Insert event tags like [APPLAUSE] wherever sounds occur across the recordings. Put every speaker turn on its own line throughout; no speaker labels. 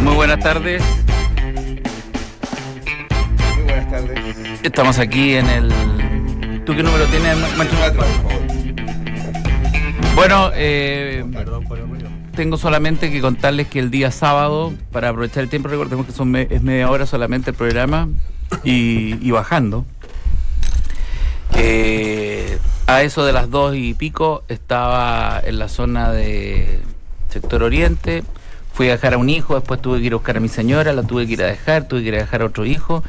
tardes.
Muy buenas tardes.
Estamos aquí en el. ¿Tú qué número tienes, Macho?
Cuatro, por favor.
Bueno, eh,
Perdón por el ruido.
tengo solamente que contarles que el día sábado, para aprovechar el tiempo, recordemos que son me- es media hora solamente el programa y, y bajando. Eh, a eso de las dos y pico estaba en la zona de sector oriente. Fui a dejar a un hijo, después tuve que ir a buscar a mi señora, la tuve que ir a dejar, tuve que ir a dejar a otro hijo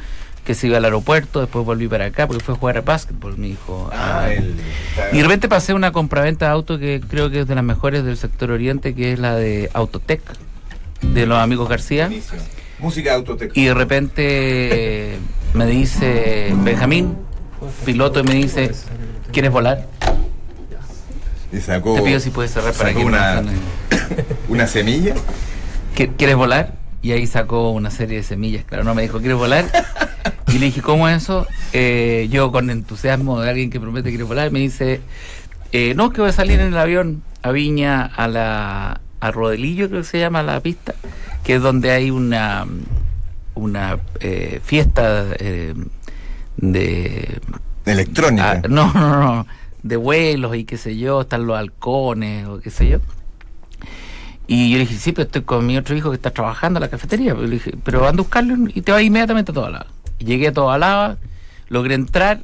que se iba al aeropuerto, después volví para acá porque fue a jugar a básquetbol mi hijo.
Ah,
a-
el.
y de repente pasé una compraventa de auto que creo que es de las mejores del sector oriente, que es la de Autotech, de los amigos García.
Inicio. Música de autotec.
Y de repente eh, me dice Benjamín, piloto, y me dice, ¿quieres volar?
Y sacó.
Te pido si puedes cerrar para
sacó
que
Oh. una,
no-
una semilla.
"¿Qui- ¿Quieres volar? Y ahí sacó una serie de semillas, claro, no me dijo, ¿quieres volar? Y le dije, ¿cómo es eso? Eh, yo con entusiasmo de alguien que promete que quiere volar, me dice, eh, no, que voy a salir en el avión a Viña, a la a Rodelillo, creo que se llama la pista, que es donde hay una, una eh, fiesta eh, de...
Electrónica.
ah, no, no, no, de vuelos y qué sé yo, están los halcones o qué sé yo. Y yo le dije, sí, pero estoy con mi otro hijo que está trabajando en la cafetería. Pero le dije, pero anda a buscarlo y te vas inmediatamente a toda lava. Llegué a toda lava, logré entrar,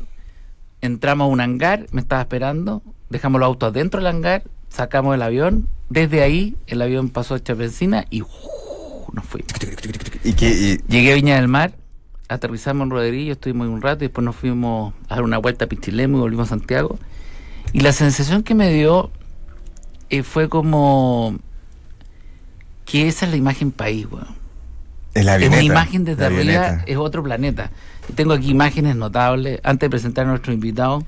entramos a un hangar, me estaba esperando, dejamos los autos adentro del hangar, sacamos el avión, desde ahí el avión pasó a echar benzina y ¡uh! nos fuimos.
Y que. y-
Llegué a Viña del Mar, aterrizamos en Rodríguez, estuvimos ahí un rato y después nos fuimos a dar una vuelta a Pichilemu y volvimos a Santiago. Y la sensación que me dio eh, fue como que esa es la imagen país, weón.
es la
Es
avioneta.
una imagen desde
la
arriba, eh,
avioneta.
es otro planeta. Y Tengo aquí imágenes notables. Antes de presentar a nuestro invitado,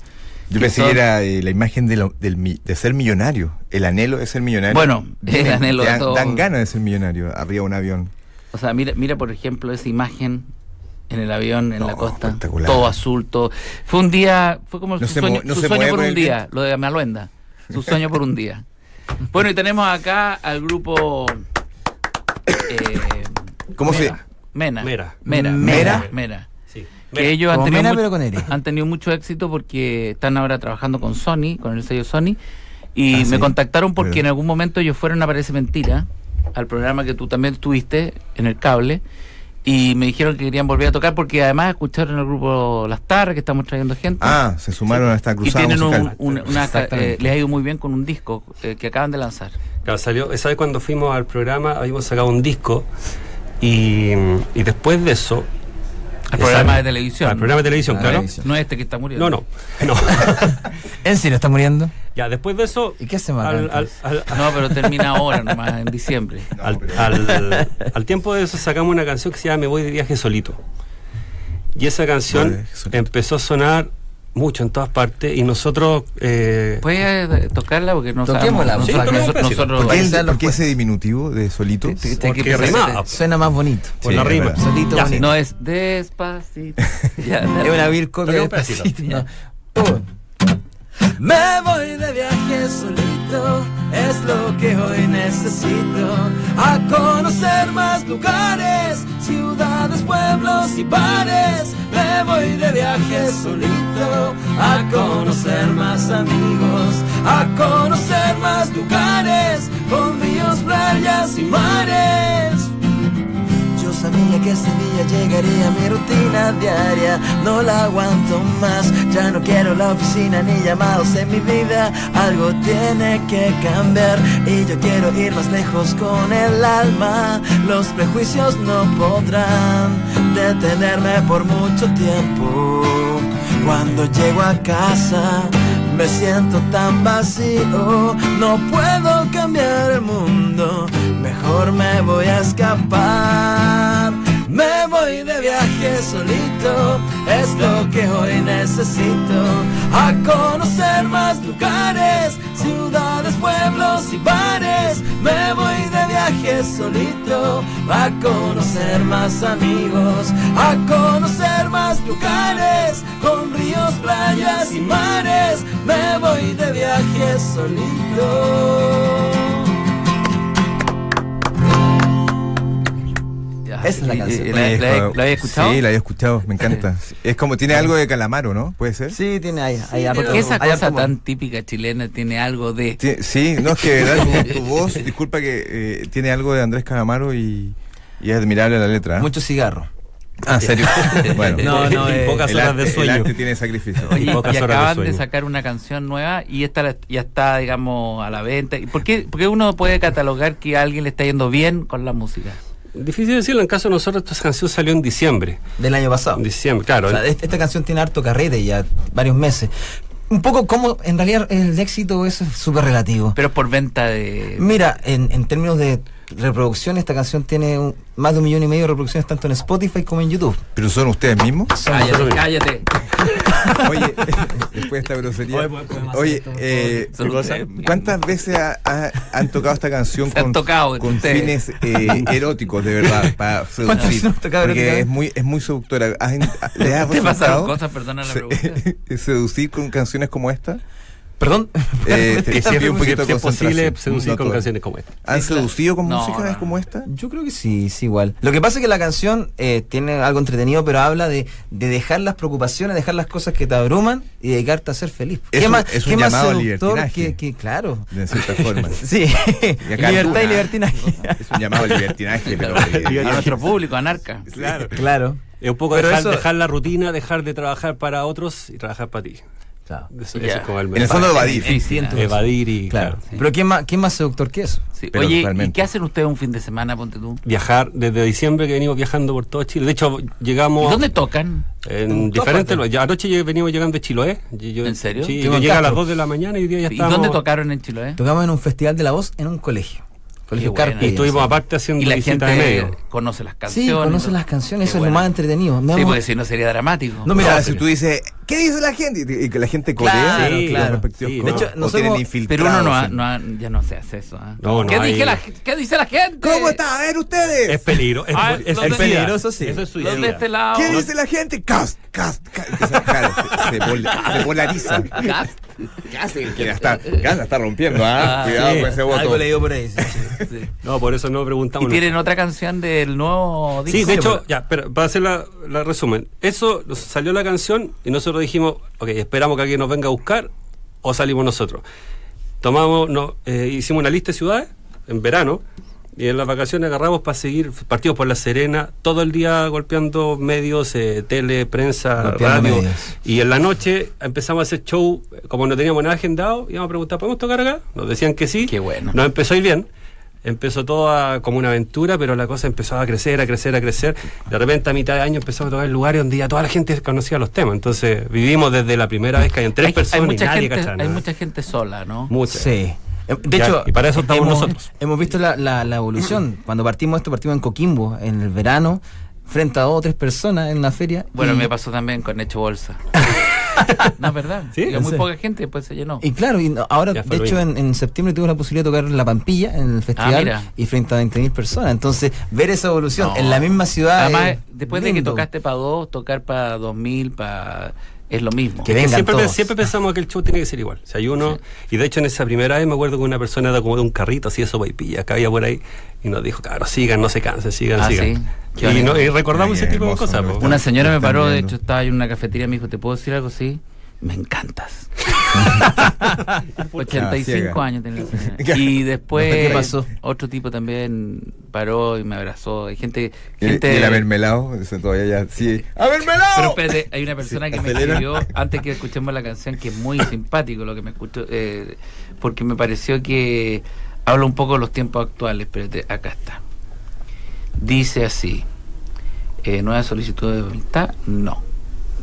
Yo pensé
son-
que era eh, la imagen de, lo- del mi- de ser millonario, el anhelo de ser millonario.
Bueno, el
Vienen,
anhelo
te
de
dan,
todo.
dan ganas de ser millonario arriba de un avión.
O sea, mira, mira por ejemplo esa imagen en el avión, en
No,
la costa,
espectacular.
todo azul, todo. Fue un día, fue como
No
su
se
sueño,
mo- no
su
se
sueño
mueve
por
por
un
el
día,
viento.
lo de Maluenda, su sueño por un día. Bueno, y tenemos acá al grupo... eh,
¿Cómo se-
Mena.
Mera.
Mera.
Mera.
Mera. Mera.
Sí.
Que ellos han
Como
tenido,
Mena,
mucho-
pero con L.
[LAUGHS] han tenido mucho éxito porque están ahora trabajando con Sony, con el sello Sony. Y
Ah,
me
sí.
contactaron porque
Bueno.
en algún momento ellos fueron a Parece Mentira, al programa que tú también tuviste en el cable. Y me dijeron que querían volver a tocar porque además escucharon el grupo Las Tarras, que estamos trayendo gente.
Ah, se sumaron a esta
y
cruzada
tienen un-
musical.
un- una-
Exactamente.
eh, les ha ido muy bien con un disco eh, que acaban de lanzar.
Claro, salió, ¿sabes cuando fuimos al programa? Habíamos sacado un disco y, y después de eso.
Al programa
sale-
de televisión.
Al programa de televisión,
Ah,
claro.
televisión.
No este que está muriendo.
No, no.
[LAUGHS]
No.
¿En serio está muriendo?
ya, después de eso.
¿Y qué hacemos acá,
al, al,
entonces?
al,
No, pero termina ahora nomás, en diciembre.
No,
al,
pero-
al- al tiempo de eso sacamos una canción que se llama Me voy de viaje solito. Y esa
Me voy de
canción
viaje solito.
empezó a sonar mucho en todas partes y nosotros. eh,
Pues,
¿Puedes eh, tocarla? Porque no sabemos.
Toquémosla,
Nosotros,
sí,
nosotros-
toquémosla.
nosotros-
¿Por qué, el-
Bailar los
por qué ese
jueces.
diminutivo de solito?
Te- te-
Hay que
porque
pensar-
rimaba,
Suena más bonito.
por
Sí,
la
es
rima.
verdad.
Solito
Ya,
bonito.
No es
[LAUGHS]
despacito. Ya,
Es
dale.
una virgo
Toquemos un pedacito.
Me voy de viaje solito, es lo que hoy necesito. A conocer más lugares, ciudades, pueblos y bares. Me voy de viaje solito, a conocer más amigos, a conocer más lugares, con ríos, playas y mares. Yo sabía que ese día llegaría mi rutina diaria. No la aguanto más. Ya no quiero la oficina ni llamados en mi vida. Algo tiene que cambiar. Y yo quiero ir más lejos con el alma. Los prejuicios no podrán detenerme por mucho tiempo. Cuando llego a casa. Me siento tan vacío, no puedo cambiar el mundo, mejor me voy a escapar. Me voy de viaje solito, es lo que hoy necesito. A conocer más lugares, ciudades, pueblos y bares. Me voy de viaje solito, a conocer más amigos, a conocer más lugares, con ríos, playas y mares. Me voy de viaje solito.
Ya. Ah,
Esa es la
y- y-
canción.
¿La- la-
Dejo-
la había escuchado?
Pues, Sí, la había escuchado, me encanta. Es como tiene algo de calamaro, ¿no? ¿Puede ser?
Sí, tiene ahí. ahí harto-
Porque esa
hay
cosa
harto-
tan típica chilena tiene algo de...
Ti- Sí, no, es que de verdad como tu voz, disculpa que eh, tiene algo de Andrés Calamaro y, y es admirable la letra. ¿eh?
Mucho cigarro.
Ah, ¿en serio? [LAUGHS]
[LAUGHS]
bueno,
No, no,
Y
eh,
pocas
el,
horas
arte,
de
el
sueño.
arte tiene sacrificio.
Oye,
Y
y
pocas horas de
acaban de,
sueño.
sacar una canción nueva y esta la- ya está, digamos, a la venta. ¿Y por qué, por qué uno puede catalogar que a alguien le está yendo bien con la música?
Difícil decirlo, en caso de nosotros, esta canción salió en diciembre.
Del año pasado.
En diciembre, claro.
O sea, est- esta canción tiene harto carrete ya, varios meses. Un poco como, en realidad, el éxito es súper relativo.
Pero es por venta de...
Mira,
eh,
en, en términos de reproducción, esta canción tiene un- más de un millón y medio de reproducciones tanto en Spotify como en YouTube.
¿Pero son ustedes mismos?
cállate, cállate.
Oye, [LAUGHS] después de esta grosería.
Oye, pues, podemos
Oye,
hacer esto,
eh,
Son
¿qué cosa?
ustedes mismos.
¿cuántas veces ha- ha- han tocado esta canción
Se han
con,
tocado
con
ustedes.
fines eh, eróticos, de verdad? Para
¿Cuántas
seducir?
veces han tocado
Porque
eróticamente?
es muy, es muy seductora. ¿Has in- ¿Le has
¿Te pasaron
resultado
cosas? Perdona la
se-
[LAUGHS]
pregunta.
[LAUGHS] seducir con canciones como esta?
Perdón. [LAUGHS]
Eh,
Que
te-
si es,
te pido un poquito de
si es posible
concentración.
seducir
No
con
todo.
canciones como esta.
¿Han
Sí, claro.
seducido con
No,
música
no.
como
[LAUGHS]
esta?
Yo creo que sí, sí, igual. Lo que pasa es que la canción eh, tiene algo entretenido, pero habla de, de dejar las preocupaciones, dejar las cosas que te abruman y dedicarte a ser feliz.
Es
¿Qué
un-
más,
es un
qué más
llamado al
seductor
libertinaje.
que, que-
[LAUGHS]
claro.
De cierta forma.
Sí,
Y acá
[LAUGHS] libertad y
alguna. [LAUGHS]
libertinaje.
Es un llamado
[LAUGHS]
al libertinaje, pero.
A
eh, [LAUGHS]
nuestro público, anarca.
Claro.
claro.
Es un poco
Pero
dejar,
eso-
dejar la rutina, dejar de trabajar para otros y trabajar para ti.
Claro.
Eso,
Ya.
eso es como el
En el fondo, evadir.
Sí, sí,
mensaje. Evadir y
Claro.
claro,
Pero ¿qué más, ¿qué más seductor que eso?
Sí.
Pero
Oye, ¿y
totalmente.
qué hacen ustedes un fin de semana, ponte tú?
viajar desde diciembre que venimos viajando por todo Chile. De hecho,
¿Y
llegamos
dónde tocan?
en
todas
diferentes
partes.
lugares. Ya Anoche lleg- veníamos llegando de Chiloé. Y yo-
¿En serio?
Sí,
Qué
yo
buen
llegué a las
castro.
2 de la mañana y hoy día ya
¿Y
estábamos.
dónde tocaron en Chiloé?
Tocamos en un festival de la voz en un colegio. Colegio
buena.
Carpi.
Y estuvimos aparte haciendo
Y la
visitas
gente
de medio.
conoce las canciones.
Sí, conoce
¿no?
las canciones,
Qué
eso es
bueno.
lo más entretenido. Me
Sí, pues,
amo-
porque si no sería dramático.
No,
O
mira,
sea, si tú dices, ¿qué dice la gente? Y te- Y que la gente corea.
Claro,
los
claro.
respectivos
Sí,
coros.
de hecho,
O
nos
tienen
hemos-
Pero uno no, ha-
infiltrados.
no ha- ya no se hace eso. ¿ah?
No, no
¿Qué,
hay-
dije la, ge- qué dice la gente?
¿Cómo está? A ver ustedes.
Es peligro. Es,
Ah,
es
los de-
suicida.
peligroso, sí.
Eso es suicida.
Los de este lado.
¿Qué
los-
dice la gente? Cast, cast, cast. Que se- claro, se, se vol- se polariza.
[LAUGHS] Cast.
Que la está, ya la está rompiendo,
Ah,
¿ah? Cuidado
sí.
con ese
Algo
voto.
leído por ahí. sí, sí.
Sí.
No, por eso no
Y
preguntamos. nada.
tienen otra canción del nuevo disco.
Sí, de hecho,
pero-
ya, pero para hacer la, la resumen, eso nos salió la canción y nosotros dijimos, ok, esperamos que alguien nos venga a buscar o salimos nosotros. Tomamos, no, eh, hicimos una lista de ciudades en verano y en las vacaciones agarramos para seguir partidos por La Serena, todo el día golpeando medios, eh, tele, prensa,
Golpeando
radio.
medios.
Y en la noche empezamos a hacer show, eh, como no teníamos nada agendado, íbamos a preguntar, ¿podemos tocar acá? Nos decían que sí.
Qué bueno.
Nos empezó a ir bien. Empezó todo a- como una aventura, pero la cosa empezó a crecer, a crecer, a crecer. De repente a mitad de año empezamos a tocar en lugares donde ya toda la gente conocía los temas. Entonces vivimos desde la primera vez que hayan tres
hay,
personas
hay
y
mucha
nadie
gente,
cachaba
hay
nada.
mucha gente sola, ¿no?
Mucha.
Sí. Eh, De
Ya,
hecho,
y para eso estamos
hemos,
nosotros.
Hemos visto la, la- la evolución. Cuando partimos esto, partimos en Coquimbo, en el verano, frente a dos o tres personas en una feria.
Bueno,
y,
me pasó también con Hecho Bolsa. no, es verdad.
Sí,
Iba
en
muy
serio.
poca gente, después se llenó.
Y claro, y no- ahora,
Ya
de
fue lo
hecho, en, en septiembre tuvimos la posibilidad de tocar La Pampilla en el festival
mira.
y frente a 20.000 personas. Entonces, ver esa evolución
No.
en la misma ciudad.
Además,
es
después de que
eh, lindo.
tocaste para dos, tocar para dos mil, para... es lo mismo.
Que
Es que
vengan
siempre,
todos.
siempre pensamos que el show tiene que ser igual. Si hay uno, y de hecho en esa primera vez me acuerdo que una persona era como de un carrito así de sopaipilla que había por ahí y nos dijo, claro, sigan, no se cansen, sigan,
Ah,
sigan.
sí. Qué
Y, no-
bonito.
y recordamos
Ay,
ese tipo de
hermoso,
cosas.
me
po.
gusta.
Una señora me
Están
paró, de
viendo.
hecho estaba yo en una cafetería y me dijo, ¿te puedo decir algo así? Me encantas. 85
ciega.
años tenía la señora. Y después
¿Qué pasó?
otro tipo también paró y me abrazó. Hay gente...
Y,
gente
y el avermelado, dice todavía ya. Sí.
pero
¡Avermelado!
espérate, hay una persona
Sí,
que me
acelera.
escribió antes que escuchemos la canción que es
[LAUGHS]
muy simpático lo que me escuchó, eh, porque me pareció que habla un poco de los tiempos actuales. Espérate, acá está. Dice así: eh, ¿Nueva solicitud de amistad? No.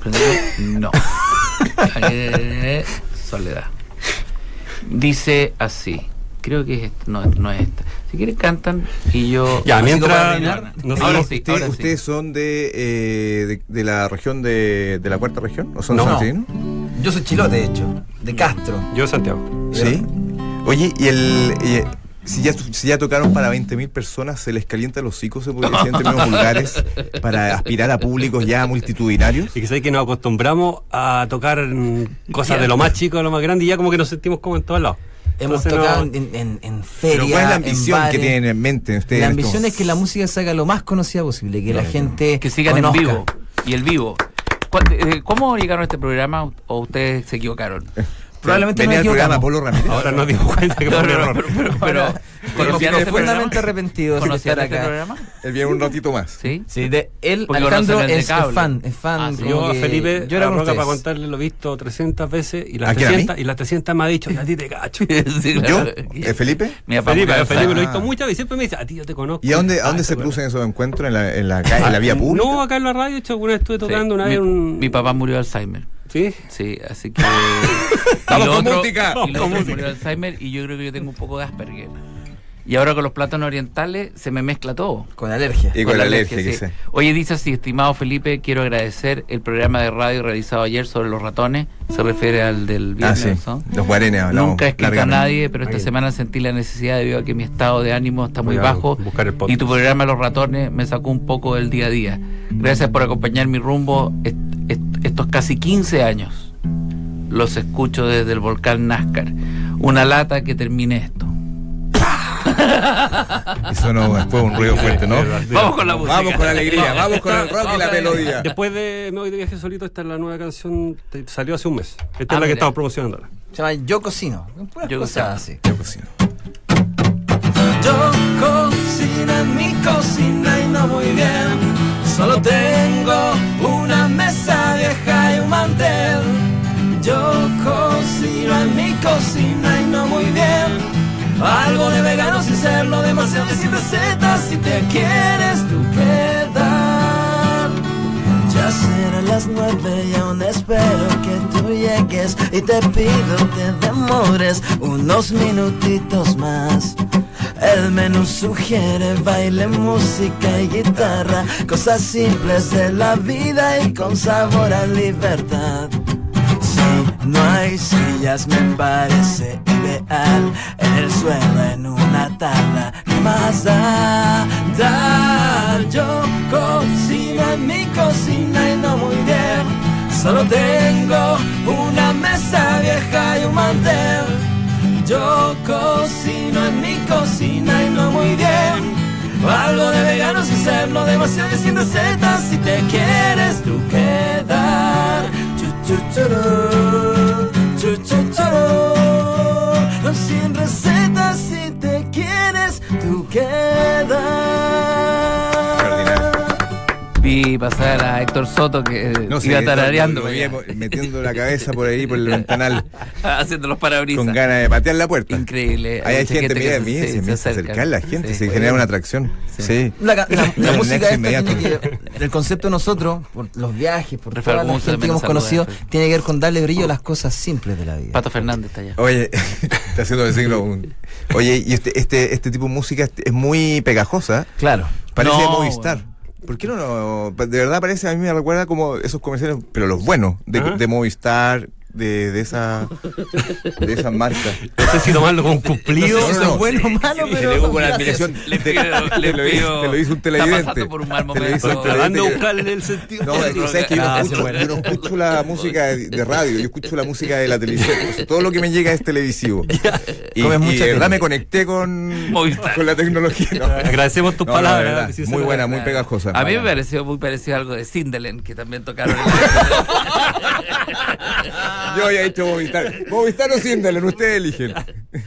Prendedor,
[LAUGHS]
No. Eh, soledad. Dice así: Creo que es esta, no, no es esta. Si quieren, cantan y yo.
Ya,
Así
mientras-
como para terminar.
nosotros-
ahora sí,
¿Usted-
ahora sí.
¿Ustedes son de, eh, de, de la región de, de la cuarta región? ¿O son
No.
santiaguinos?
Yo soy chilote, de hecho, de Castro.
Yo Santiago.
Sí. Oye, y el. y, eh, si ya, si ya tocaron para 20.000 personas, ¿se les calienta los hocicos, se podría decir en términos vulgares, para aspirar a públicos ya multitudinarios?
Y que sé que nos acostumbramos a tocar mm, cosas
Ya.
de lo más chico a lo más grande y ya como que nos sentimos como en todos lados.
Hemos
Entonces,
tocado
no-
en, en, en
Pero
ferias.
¿cuál es la
en
ambición que
bares.
tienen en mente ustedes?
La
en
ambición
estos-
es que la música se haga lo más conocida posible, que la
Claro.
gente.
que sigan
conozca.
en vivo y el vivo. ¿Cuál- eh, ¿Cómo llegaron a este programa o ustedes se
[LAUGHS]
equivocaron?
Probablemente
Venía
nos
al programa
equivocamos.
Polo Ramírez.
Ahora nos dimos cuenta que
[LAUGHS]
fue
No,
un
no, no,
error.
pero, pero, pero-
Ahora,
eh,
¿conocían
estoy
este
profundamente
programa?
arrepentido de
¿Conocían
estar
este
acá.
programa?
Él viene un ratito más. [LAUGHS]
Sí.
Sí, de él,
Porque
Alejandro
conocen el de
es, es
cable.
fan, es fan.
Ah, sí.
como
Yo a
que-
Felipe
yo era
a
con
Roca para
ustedes.
contarle lo he visto 300 veces y
¿A
las
quién, a mí?
300 y las 300 me ha dicho, "Y a ti
[LAUGHS]
te cacho.
[LAUGHS] Sí,
¿Yo?
claro.
¿Eh, Felipe?
Mi papá
Felipe,
me
a Felipe lo he
Ah.
visto muchas veces, siempre me dice, a ti yo te conozco.
¿Y a dónde, a dónde
Ah,
se
te
producen esos encuentros? ¿En la, en la, calle, en la vía pública?
Ah, No, acá en la radio, de hecho, alguna vez estuve
Sí,
tocando una
mi,
vez un.
mi papá murió de Alzheimer.
Sí.
Sí, así
[LAUGHS]
que.
Vamos
y lo
con música.
y lo
Vamos
otro murió de Alzheimer y yo creo que yo tengo un poco de Asperger. Y ahora con los plátanos orientales se me mezcla todo.
Con alergia.
Y con la alergia,
sí.
que sé.
Oye, dice así, estimado Felipe, quiero agradecer el programa de radio realizado ayer sobre los ratones. Se refiere al del
Ah,
viernes.
sí.
¿no?
Los guarenes hablamos.
Nunca he escrito a
largamente.
nadie, pero esta
Ahí.
semana sentí la necesidad debido a que mi estado de ánimo está muy
Voy a
bajo
buscar el podcast.
y tu programa Los Ratones me sacó un poco del día a día. Gracias por acompañar mi rumbo est- est- estos casi 15 años. Los escucho desde el volcán Nazcar. Una lata que termine esto.
Eso no, después un ruido fuerte, ¿no?
Vamos con la música.
Vamos con la alegría, vamos con el rock y la melodía.
Después de Me voy de viaje solito, esta es la nueva canción, te- salió hace un mes. Esta es
Ah,
la que
mira.
estamos promocionando ahora.
Se llama Yo Cocino. Puras
Yo
cosas así.
Yo pues, cocino.
Yo cocino en mi cocina y no muy bien. Solo tengo una mesa vieja y un mantel. Yo cocino en mi cocina y no muy bien. Algo de vegano sin serlo, demasiado y sin recetas. Si te quieres tú quedar. Ya serán las nueve y aún espero que tú llegues y te pido te demores unos minutitos más. El menú sugiere baile, música y guitarra, cosas simples de la vida y con sabor a libertad. Si no hay sillas me parece ideal El suelo en una tabla ¿Qué más da? da? Yo cocino en mi cocina y no muy bien Solo tengo una mesa vieja y un mantel Yo cocino en mi cocina y no muy bien algo de vegano sin serlo, demasiado y sin recetas Si te quieres tú quedar Chu, chu, churú, chu, chu, churú. Sin recetas si te quieres tú quedar
Vi pasar a Héctor Soto que eh,
No sé,
iba tarareando.
lo
para
vi
allá.
metiendo la cabeza por ahí, por el ventanal,
[LAUGHS] Haciendo los parabrisas.
con ganas de patear la puerta.
Increíble.
Ahí hay
mucha
gente, mira,
que
mira,
sí,
se empieza a
acerca.
acercar la gente,
Sí.
se genera una atracción.
Sí.
Sí.
La, ca- la- la
[LAUGHS] El
música
nexo
esta tiene
inmediato.
que, el concepto de nosotros, por los viajes, por
Rafael
toda la
González
gente que hemos
también nos saluda,
conocido,
Rafael.
tiene que ver con darle brillo a las cosas simples de la vida. [LAUGHS]
Pato Fernández está allá.
Oye, [LAUGHS] está haciendo el siglo. un- Oye, y este, este, este tipo de música es- es muy pegajosa.
Claro.
Parece
No,
de Movistar. ¿Por qué no, no? De verdad parece, a mí me recuerda como esos comerciales, pero los buenos, de,
Ajá.
de Movistar, de, de esa de esa marca.
No sé si tomarlo como un cumplido.
No sé si son
buenos o malos,
Te
pero
lo digo con
gracias.
admiración.
Le
Te- [LAUGHS]
pido-
te
le
lo hizo-
pido-
Te lo hizo un
está
televidente.
pasando por un mal
Te lo
momento.
hizo un televidente
Tratando de
que-
buscarle el sentido.
No, es que, ¿sabes que yo, no
Ah,
escucho,
bueno.
yo no escucho la música de, de radio, yo escucho la música de la televisión. Entonces, Todo lo que me llega es televisivo. Y,
Comes
y
mucha
de verdad
tele.
me conecté con,
Movistar.
con la tecnología. ¿no?
Agradecemos tus
No, no, de
palabras.
verdad,
que sí se
muy
la-
buena, muy pegajosa.
Ah. A mí me
Palabra.
pareció muy parecido a algo de Sindelen, que también tocaron.
[LAUGHS] Yo había dicho Movistar. Movistar o Síndalen, ustedes eligen.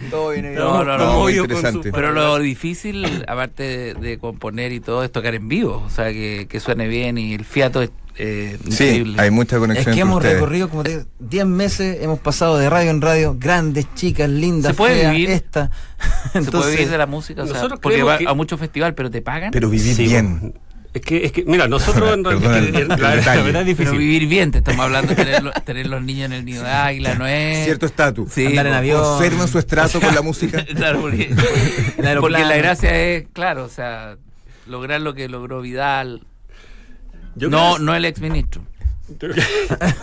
Todo viene bien.
No, no,
Está
no.
muy
obvio con
interesante.
su-
Pero lo difícil, aparte de, de componer y todo, es tocar en vivo. O sea, que, que suene bien y el fiato es eh,
Sí,
increíble.
hay mucha conexión
Es que
entre
hemos
ustedes.
recorrido como te- 10 meses, hemos pasado de radio en radio, grandes, chicas, lindas,
¿Se puede
feas,
vivir?
esta.
Se
[LAUGHS]
puede
Entonces,
vivir de la música, o sea,
nosotros
porque
creemos
va
que-
a muchos festivales, pero te pagan.
Pero vivir
Sí,
[LAUGHS]
pues,
bien.
Es que, es que, mira, nosotros en
Perdona el-
realidad.
el
[LAUGHS] la- La,
detalle.
verdad es
Pero
difícil.
vivir bien, te estamos hablando, tener, lo- tener los niños en el nido de águila, no es.
Cierto estatus.
Sí,
Andar en
po-
avión.
Conservan su estrato con la [LAUGHS] música.
Claro, porque,
aeroplano.
porque la gracia es, claro, o sea, lograr lo que logró Vidal.
Yo
no,
creo-
no el exministro.
[LAUGHS]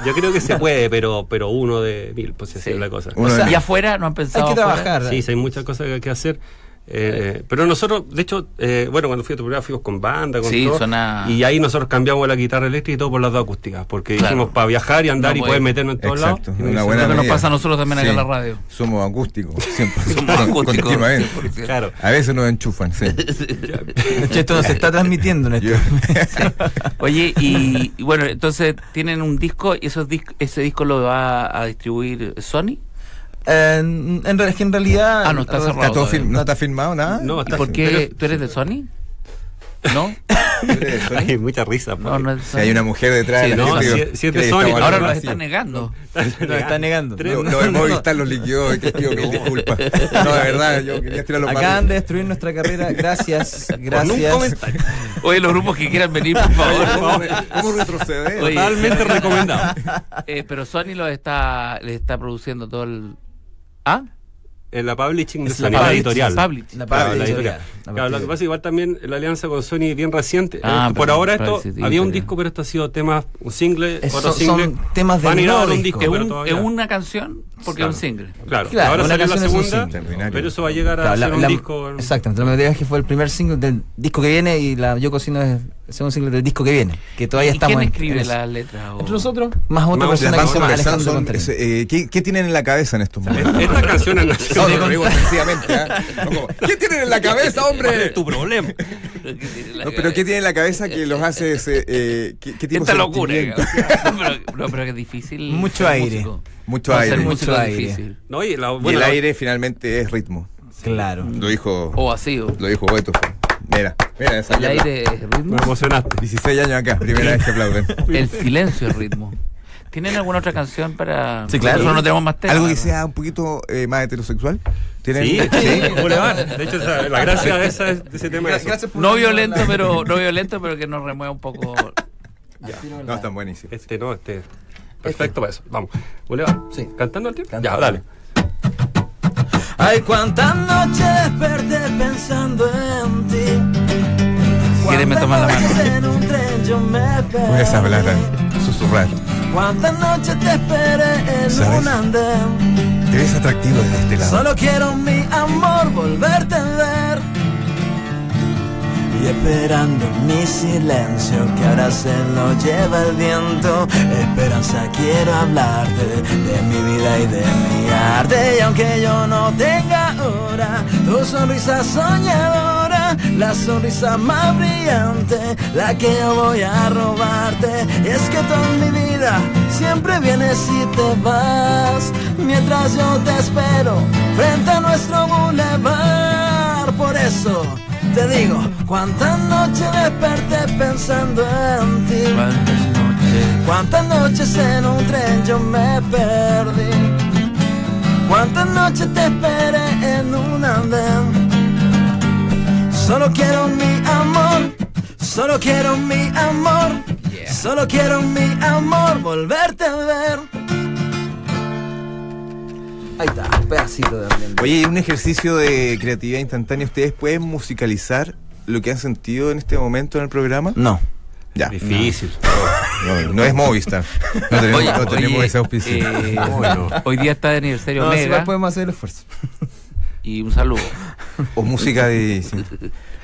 Yo creo que se puede, pero, pero uno de mil, pues así
Sí.
es la cosa.
Uno
O
de
sea,
los-
Y afuera no han pensado.
Hay que
afuera?
trabajar.
Sí, sí, hay muchas cosas que hay que hacer. Eh, pero nosotros, de hecho, eh, bueno, cuando fui a tu programa fuimos con banda, con
Sí,
todo,
suena-
y ahí nosotros cambiamos la guitarra eléctrica y todo por las dos acústicas, porque
Claro.
dijimos para viajar y andar
No
y
puede-
poder meternos en todos lados.
Exacto,
Y
una
nos
buena
lo que nos
medida.
pasa a nosotros también acá en la radio. [LAUGHS]
Somos acústicos, siempre.
Somos acústicos.
Continuamente.
hicimos- Claro.
A veces nos enchufan,
[LAUGHS]
sí.
Che, [LAUGHS] esto no se está transmitiendo en este
Yo- [LAUGHS]
Oye, y, y bueno, entonces tienen un disco y esos dis- ese disco lo va a distribuir Sony.
Eh, [LAUGHS] en, en re- es que en realidad.
Ah, no, está cerrado.
¿Está todo
todavía.
fir- ¿No está firmado nada?
No,
¿Y
está-
por qué? ¿Tú eres de Sony? ¿No?
[LAUGHS]
[LAUGHS]
Hay mucha risa.
No,
[LAUGHS]
no es de
Si
Sony.
hay una mujer detrás
Sí,
de la
no,
gente,
si-
digo,
si es de
¿qué le
Sony,
estamos
Ahora
hablando
los
así?
están negando.
Lo está negando.
Tres-
Lo, lo de Movistar los liquidó, que
[LAUGHS]
pido mil disculpas. No, de verdad, yo quería tirar los
Acaban
malos.
de
este
destruir nuestra carrera. Gracias,
Con un
gracias.
comentario.
Oye, los grupos que quieran venir, por favor.
¿Cómo, cómo retroceder?
Oye, [LAUGHS]
Totalmente recomendado.
Eh, pero Sony lo está, le está produciendo todo el. ¿Ah?
En la publishing de
Es la
Sony, la
publishing,
editorial.
publishing.
La
Claro,
parte
la
editorial.
editorial.
La
Claro, lo
parte
que pasa es que igual también la alianza con Sony es bien reciente.
Ah,
Eh, por
pero-
ahora
pero
esto,
sí, sí,
había un
pero-
disco, pero esto ha sido temas, un single,
Es-
otro
son-
single.
son temas del
Van a ir
nuevo
ahora un
disco.
disco,
Es,
pero
un-
todavía-
es una canción porque es un single.
Claro,
Claro,
ahora
una
salió la
canción es un
segunda,
single, ordinario.
pero eso va a llegar a
Claro,
ser
la-
un
la-
disco.
Exactamente, la melodía que fue el primer single del disco que viene y la Yoko Sino es el segundo single del disco que viene, que todavía
¿Y
estamos
quién
en- en
escribe
eso.
las letras? o-
Entre nosotros, más otra persona
Vamos,
que
Las van
se llama
conversando,
Alejandro
son-
Contreras.
es- eh, ¿qué, qué tienen en la cabeza en estos momentos?
Esta canción en
No, no, lo digo sencillamente, ¿ah? No, como, ¿Qué tienen en la cabeza, hombre?
[LAUGHS]
tu problema.
No,
Eh,
pero ¿qué tienen en la cabeza que los hace ese, eh, qué, qué tipo
Esta
de
locura.
sentimiento?
digamos. [LAUGHS] No, pero, no, pero que es difícil.
Mucho
ser
aire.
músico.
Mucho
No,
aire.
Ser músico
Mucho
es
aire.
difícil.
No, y la,
Y
bueno,
el
la-
aire finalmente es ritmo.
Claro.
Lo dijo,
O vacío.
lo dijo Beto. Mira, mira, esa
Oh. El aire es ritmo.
Me emocionaste.
16 años acá, primera vez que aplauden.
El silencio es ritmo. ¿Tienen alguna otra canción para.?
Sí, claro.
Nosotros no tenemos más temas.
¿Algo que sea un poquito eh, más heterosexual? ¿Tienen?
Sí, Boulevard. De hecho, esa- la gracia de, esa, de ese tema es eso.
No violento, pero, no violento, pero que nos remueva un poco.
No, están buenísimos.
Este no, este. Perfecto para eso. Vamos. Boulevard.
Sí.
¿Cantando al tiempo?
Canta.
Ya, dale.
Ay, cuánta
Tantas noches desperté pensando en ti.
¿Quieres me
Cuántas
tomar la mano?
veces En un tren yo me perdí.
Puedes hablar, susurrar.
Cuántas noches te esperé en
¿Sabes?
un andén.
Te ves atractivo desde este lado.
Solo quiero mi amor volverte a ver. Y esperando mi silencio que ahora se lo lleva el viento. Esperanza, quiero hablarte de mi vida y de mi arte. Y aunque yo no tenga hora, tu sonrisa soñadora, la sonrisa más brillante, la que yo voy a robarte. Y es que toda mi vida siempre vienes y te vas. Mientras yo te espero frente a nuestro bulevar. Por eso te digo, cuántas noches desperté pensando en ti.
¿Cuántas noches?
Cuántas noches en un tren yo me perdí. Cuántas noches te esperé en un andén. Solo quiero mi amor, solo quiero mi amor,
Yeah.
solo quiero mi amor volverte a ver.
Ahí está, un pedacito de ambiente.
Oye, hay un ejercicio de creatividad instantánea. ¿Ustedes pueden musicalizar lo que han sentido en este momento en el programa?
No.
Ya.
Difícil.
No, no es Movistar. No tenemos, no tenemos
oye,
ese auspicio.
eh,
Bueno.
Hoy día está de aniversario
No, si
Mega.
igual podemos hacer el esfuerzo.
Y un saludo.
O música de. sí.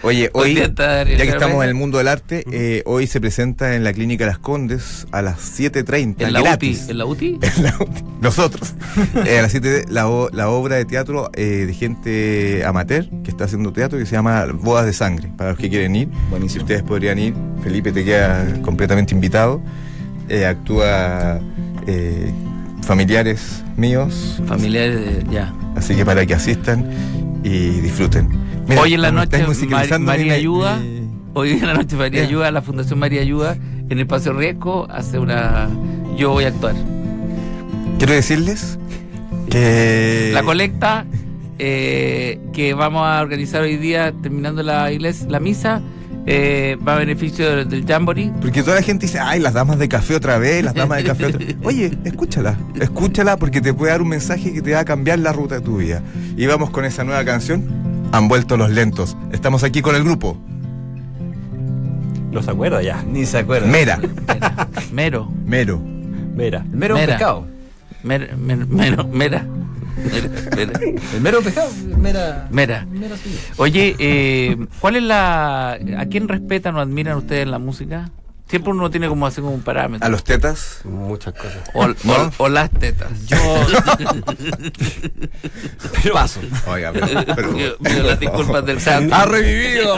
Oye,
Hoy
hoy,
día está
ya
Daniel
que estamos
Carmen.
en el mundo del arte, eh, hoy se presenta en la Clínica Las Condes a las 7.30.
¿En la
gratis.
UTI? ¿En la UTI?
La- Nosotros. Eh, a las siete, la, o- la obra de teatro eh, de gente amateur que está haciendo teatro que se llama Bodas de Sangre, para los que quieren ir. Si
Buenísimo.
ustedes podrían ir, Felipe te queda completamente invitado. Eh, actúa eh, familiares míos,
Familiares, de- ya.
así que para que asistan y disfruten.
Hoy en la
me
noche,
estáis musicalizando
Mar-
mi-
María Ayuda.
mi-
Hoy en la noche María
Ya.
Ayuda, la Fundación María Ayuda, en el Paseo Riesgo, hace una... Yo voy a actuar.
Quiero decirles que...
La colecta eh, que vamos a organizar hoy día, terminando la iglesia, la misa, eh, va a beneficio del, del
[LAUGHS]
Jamboree.
Porque toda la gente dice, ay, las damas de café otra vez, las damas de
[LAUGHS]
café otra vez. Oye, escúchala, escúchala porque te puede dar un mensaje que te va a cambiar la ruta de tu vida. Y vamos con esa nueva canción, Han vuelto los lentos. Estamos aquí con el grupo
No se acuerda ya.
Ni se acuerda.
Mera,
Mero.
Mero.
Mira.
Mero un
Mera.
pescado.
Mer- mer- mero, mera. Mira, mira.
El mero pescado, mera.
Mira.
mera suya.
Oye, eh, ¿cuál es la. ¿A quién respetan o admiran ustedes en la música? Siempre uno tiene como así como un parámetro.
A los tetas.
Muchas cosas.
o, o-
¿No?
o las tetas.
¿Ah?
[LAUGHS]
Yo. Paso.
Oiga, pero.
[LAUGHS] Pido- pido las disculpas del santo.
¡Ha revivido!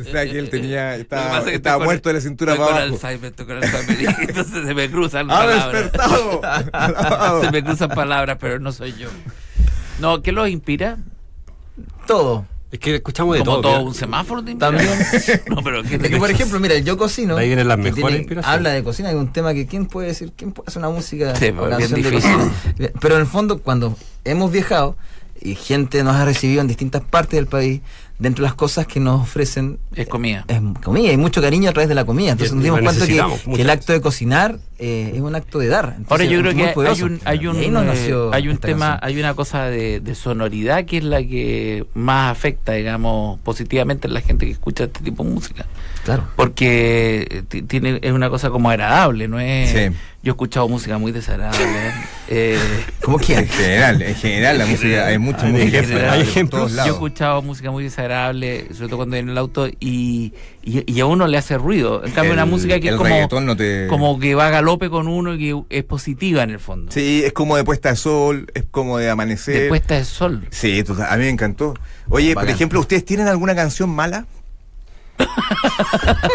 O sea, que él tenía.
Lo que
Estaba,
pasa es que
estaba
estoy con-
muerto de la cintura
estoy
para
con
abajo.
Alzheimer, estoy con
[LAUGHS]
Alzheimer, y entonces se me cruzan
¡Ha
palabras. [LAUGHS]
despertado! Alabado.
Se me cruzan palabras, pero no soy yo. No, ¿qué los inspira?
Todo.
Es que escuchamos de
Como
todo.
todo,
mira.
un semáforo te inspira.
También.
[LAUGHS] No, pero ¿qué
Es
te
que, por ejemplo, mira, yo cocino.
De ahí vienen las
que
mejores
tiene-
inspiraciones.
Habla de cocina, que es un tema que quién puede decir, quién puede hacer una música
Sí,
o
pues, bien
canción de
difícil.
cocina? Pero en el fondo, cuando hemos viajado y gente nos ha recibido en distintas partes del país, dentro de las cosas que nos ofrecen
es comida.
es comida y mucho cariño a través de la comida. Entonces
Y-
nos
y
dimos
la
cuenta
necesitamos
que,
muchas
que el
veces.
acto de cocinar eh, es un acto de dar. Entonces,
Ahora yo
es
creo
muy
que hay
poderoso.
un, hay un,
Y ahí nos
eh,
nació
hay un
esta
tema,
canción.
hay una cosa de, de sonoridad que es la que más afecta, digamos, positivamente a la gente que escucha este tipo de música.
Claro.
Porque eh, ti- tiene, es una cosa como agradable, ¿no es?
Sí.
Yo he escuchado música muy
[LAUGHS]
desagradable. eh, [LAUGHS]
¿Cómo
En
quién?
general, en general, la
En
música.
general,
Hay mucha
en
música.
general.
desagradable por
Hay ejemplos.
todos
yo he
lados.
escuchado música muy desagradable, sobre todo cuando viene el auto, y, y, y a uno le hace ruido. En cambio, una
El-
música que
el
es como,
reggaetón no te-
como que va a galope con uno y que es positiva en el fondo.
Sí, es como de puesta de sol, es como de amanecer.
De puesta de sol.
Sí, total, a mí me encantó. Oye, por
Bacán.
ejemplo, ¿ustedes tienen alguna canción mala?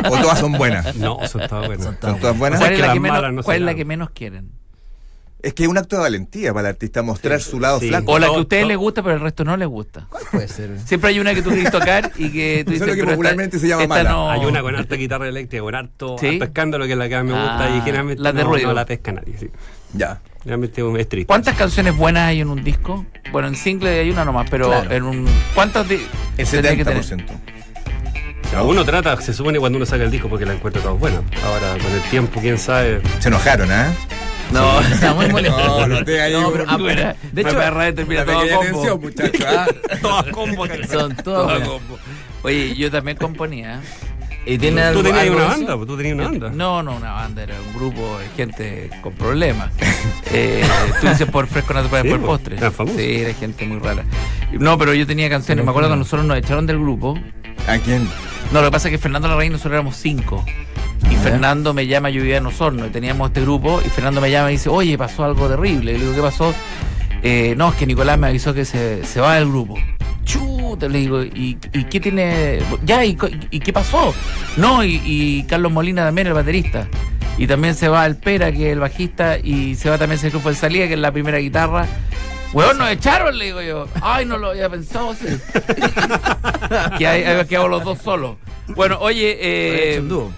¿O todas son buenas?
No, son todas buenas.
Son todas
¿Son todas buenas?
¿Cuál es
que
la
las
que menos-
malas no
cuál
se
es la
dan.
que menos quieren?
Es que es un acto de valentía para el artista mostrar su lado
sí.
flaco.
O la que a
Todo-
ustedes
todo-
les gusta, pero el resto no les gusta.
¿Cuál puede ser?
Siempre hay una que tú quieres tocar y que tú
Eso
dices...
es lo que
"Pero esta-
popularmente se llama
esta
mala".
no-
Hay una con harta guitarra eléctrica, con harto,
¿Sí?
harto escándalo que es la que a mí me gusta
Ah,
y generalmente
las de
no,
ruido.
no la pesca nadie. Sí.
Ya.
Realmente es triste.
¿Cuántas canciones buenas hay en un disco? Bueno, en single hay una nomás, pero
Claro.
en un... ¿Cuántas? di-
El
tendría que tener?
70%.
O sea, uno trata, se supone cuando uno saca el disco porque la encuentra todas buenas. Ahora con el tiempo, quién sabe.
Se enojaron, ¿ah?
No, está muy molesto.
No, no te hay
No,
un-
pero, ah,
Bueno,
de hecho,
Pepe Radio termina
una
todo
pequeña
combo.
tensión, muchachos, ¿ah?
[LAUGHS]
Todas combo que
son
Todo
todas. buenas.
combo. Oye, yo también componía.
¿Y tiene
Tú
algo-
tenías
algo
una
de eso?
banda, pues, tú tenías una banda.
No, no una banda, era un grupo de gente con problemas. [LAUGHS] Eh, tú dices por fresco no te puedes
Sí,
por
po,
postre.
eran famosos.
Sí, era gente muy rara. No, pero yo tenía canciones. Me acuerdo que nosotros nos echaron del grupo.
¿A quién?
No, lo que pasa es que Fernando Larraín nosotros éramos cinco. Y Fernando me llama, yo vivía en Osorno, y teníamos este grupo, y Fernando me llama y dice, oye, pasó algo terrible. Y le digo, ¿qué pasó? "Eh, no, es que Nicolás me avisó que se, se va del grupo. Chuta, le digo, ¿y, y qué tiene? Ya, ¿y, co- y qué pasó? No, y, y Carlos Molina también, el baterista. Y también se va el Pera, que es el bajista, y se va también Sergio Fuenzalía, que es la primera guitarra. Weón, nos echaron, le digo yo. Ay, no lo había pensado así. [LAUGHS] que hay, hay- que hago los dos solos. Bueno, oye, eh,
Es un dúo.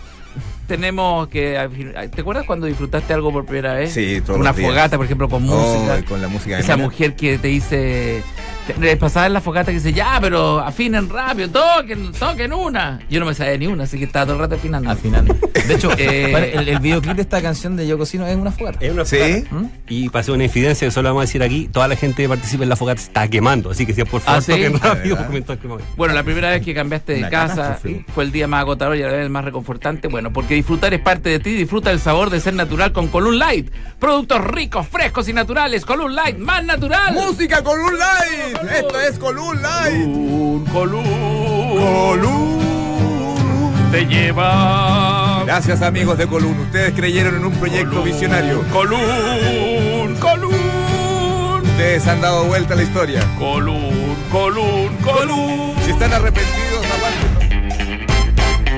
tenemos que. afir- ¿Te acuerdas cuando disfrutaste algo por primera vez?
Sí, todos
Una
los días.
fogata, por ejemplo, con música.
Oh, con la música de
Esa
Mina.
mujer que te dice. te- Pasada en la fogata que dice, ya, pero afinen rápido, toquen, toquen una. Yo no me sabía ni una, así que estaba todo el rato afinando.
Al final. De hecho,
Eh,
para- el, el videoclip de esta canción de Yo Cocino es una fogata.
Es una
¿Sí?
fogata. ¿Mm? Y pasé una infidencia que solo vamos a decir aquí: toda la gente que participa en la fogata se está quemando. Así que si por favor
¿sí?
toquen rápido
¿Verdad?
porque me están quemando.
Bueno, la primera vez que cambiaste de
Una
casa
catástrofe.
fue el día más agotador y a la vez más reconfortante. Bueno, porque disfrutar es parte de ti. Disfruta el sabor de ser natural con Column Light. Productos ricos, frescos y naturales. Column Light, más natural.
¡Música con un live! ¡Esto es con un live!
Column, Column,
Colún.
te lleva.
Gracias amigos de Colún. Ustedes creyeron en un proyecto visionario.
Column, Column,
Ustedes han dado vuelta a la historia.
Column, Column, Column.
Si están arrepentidos, aguanten.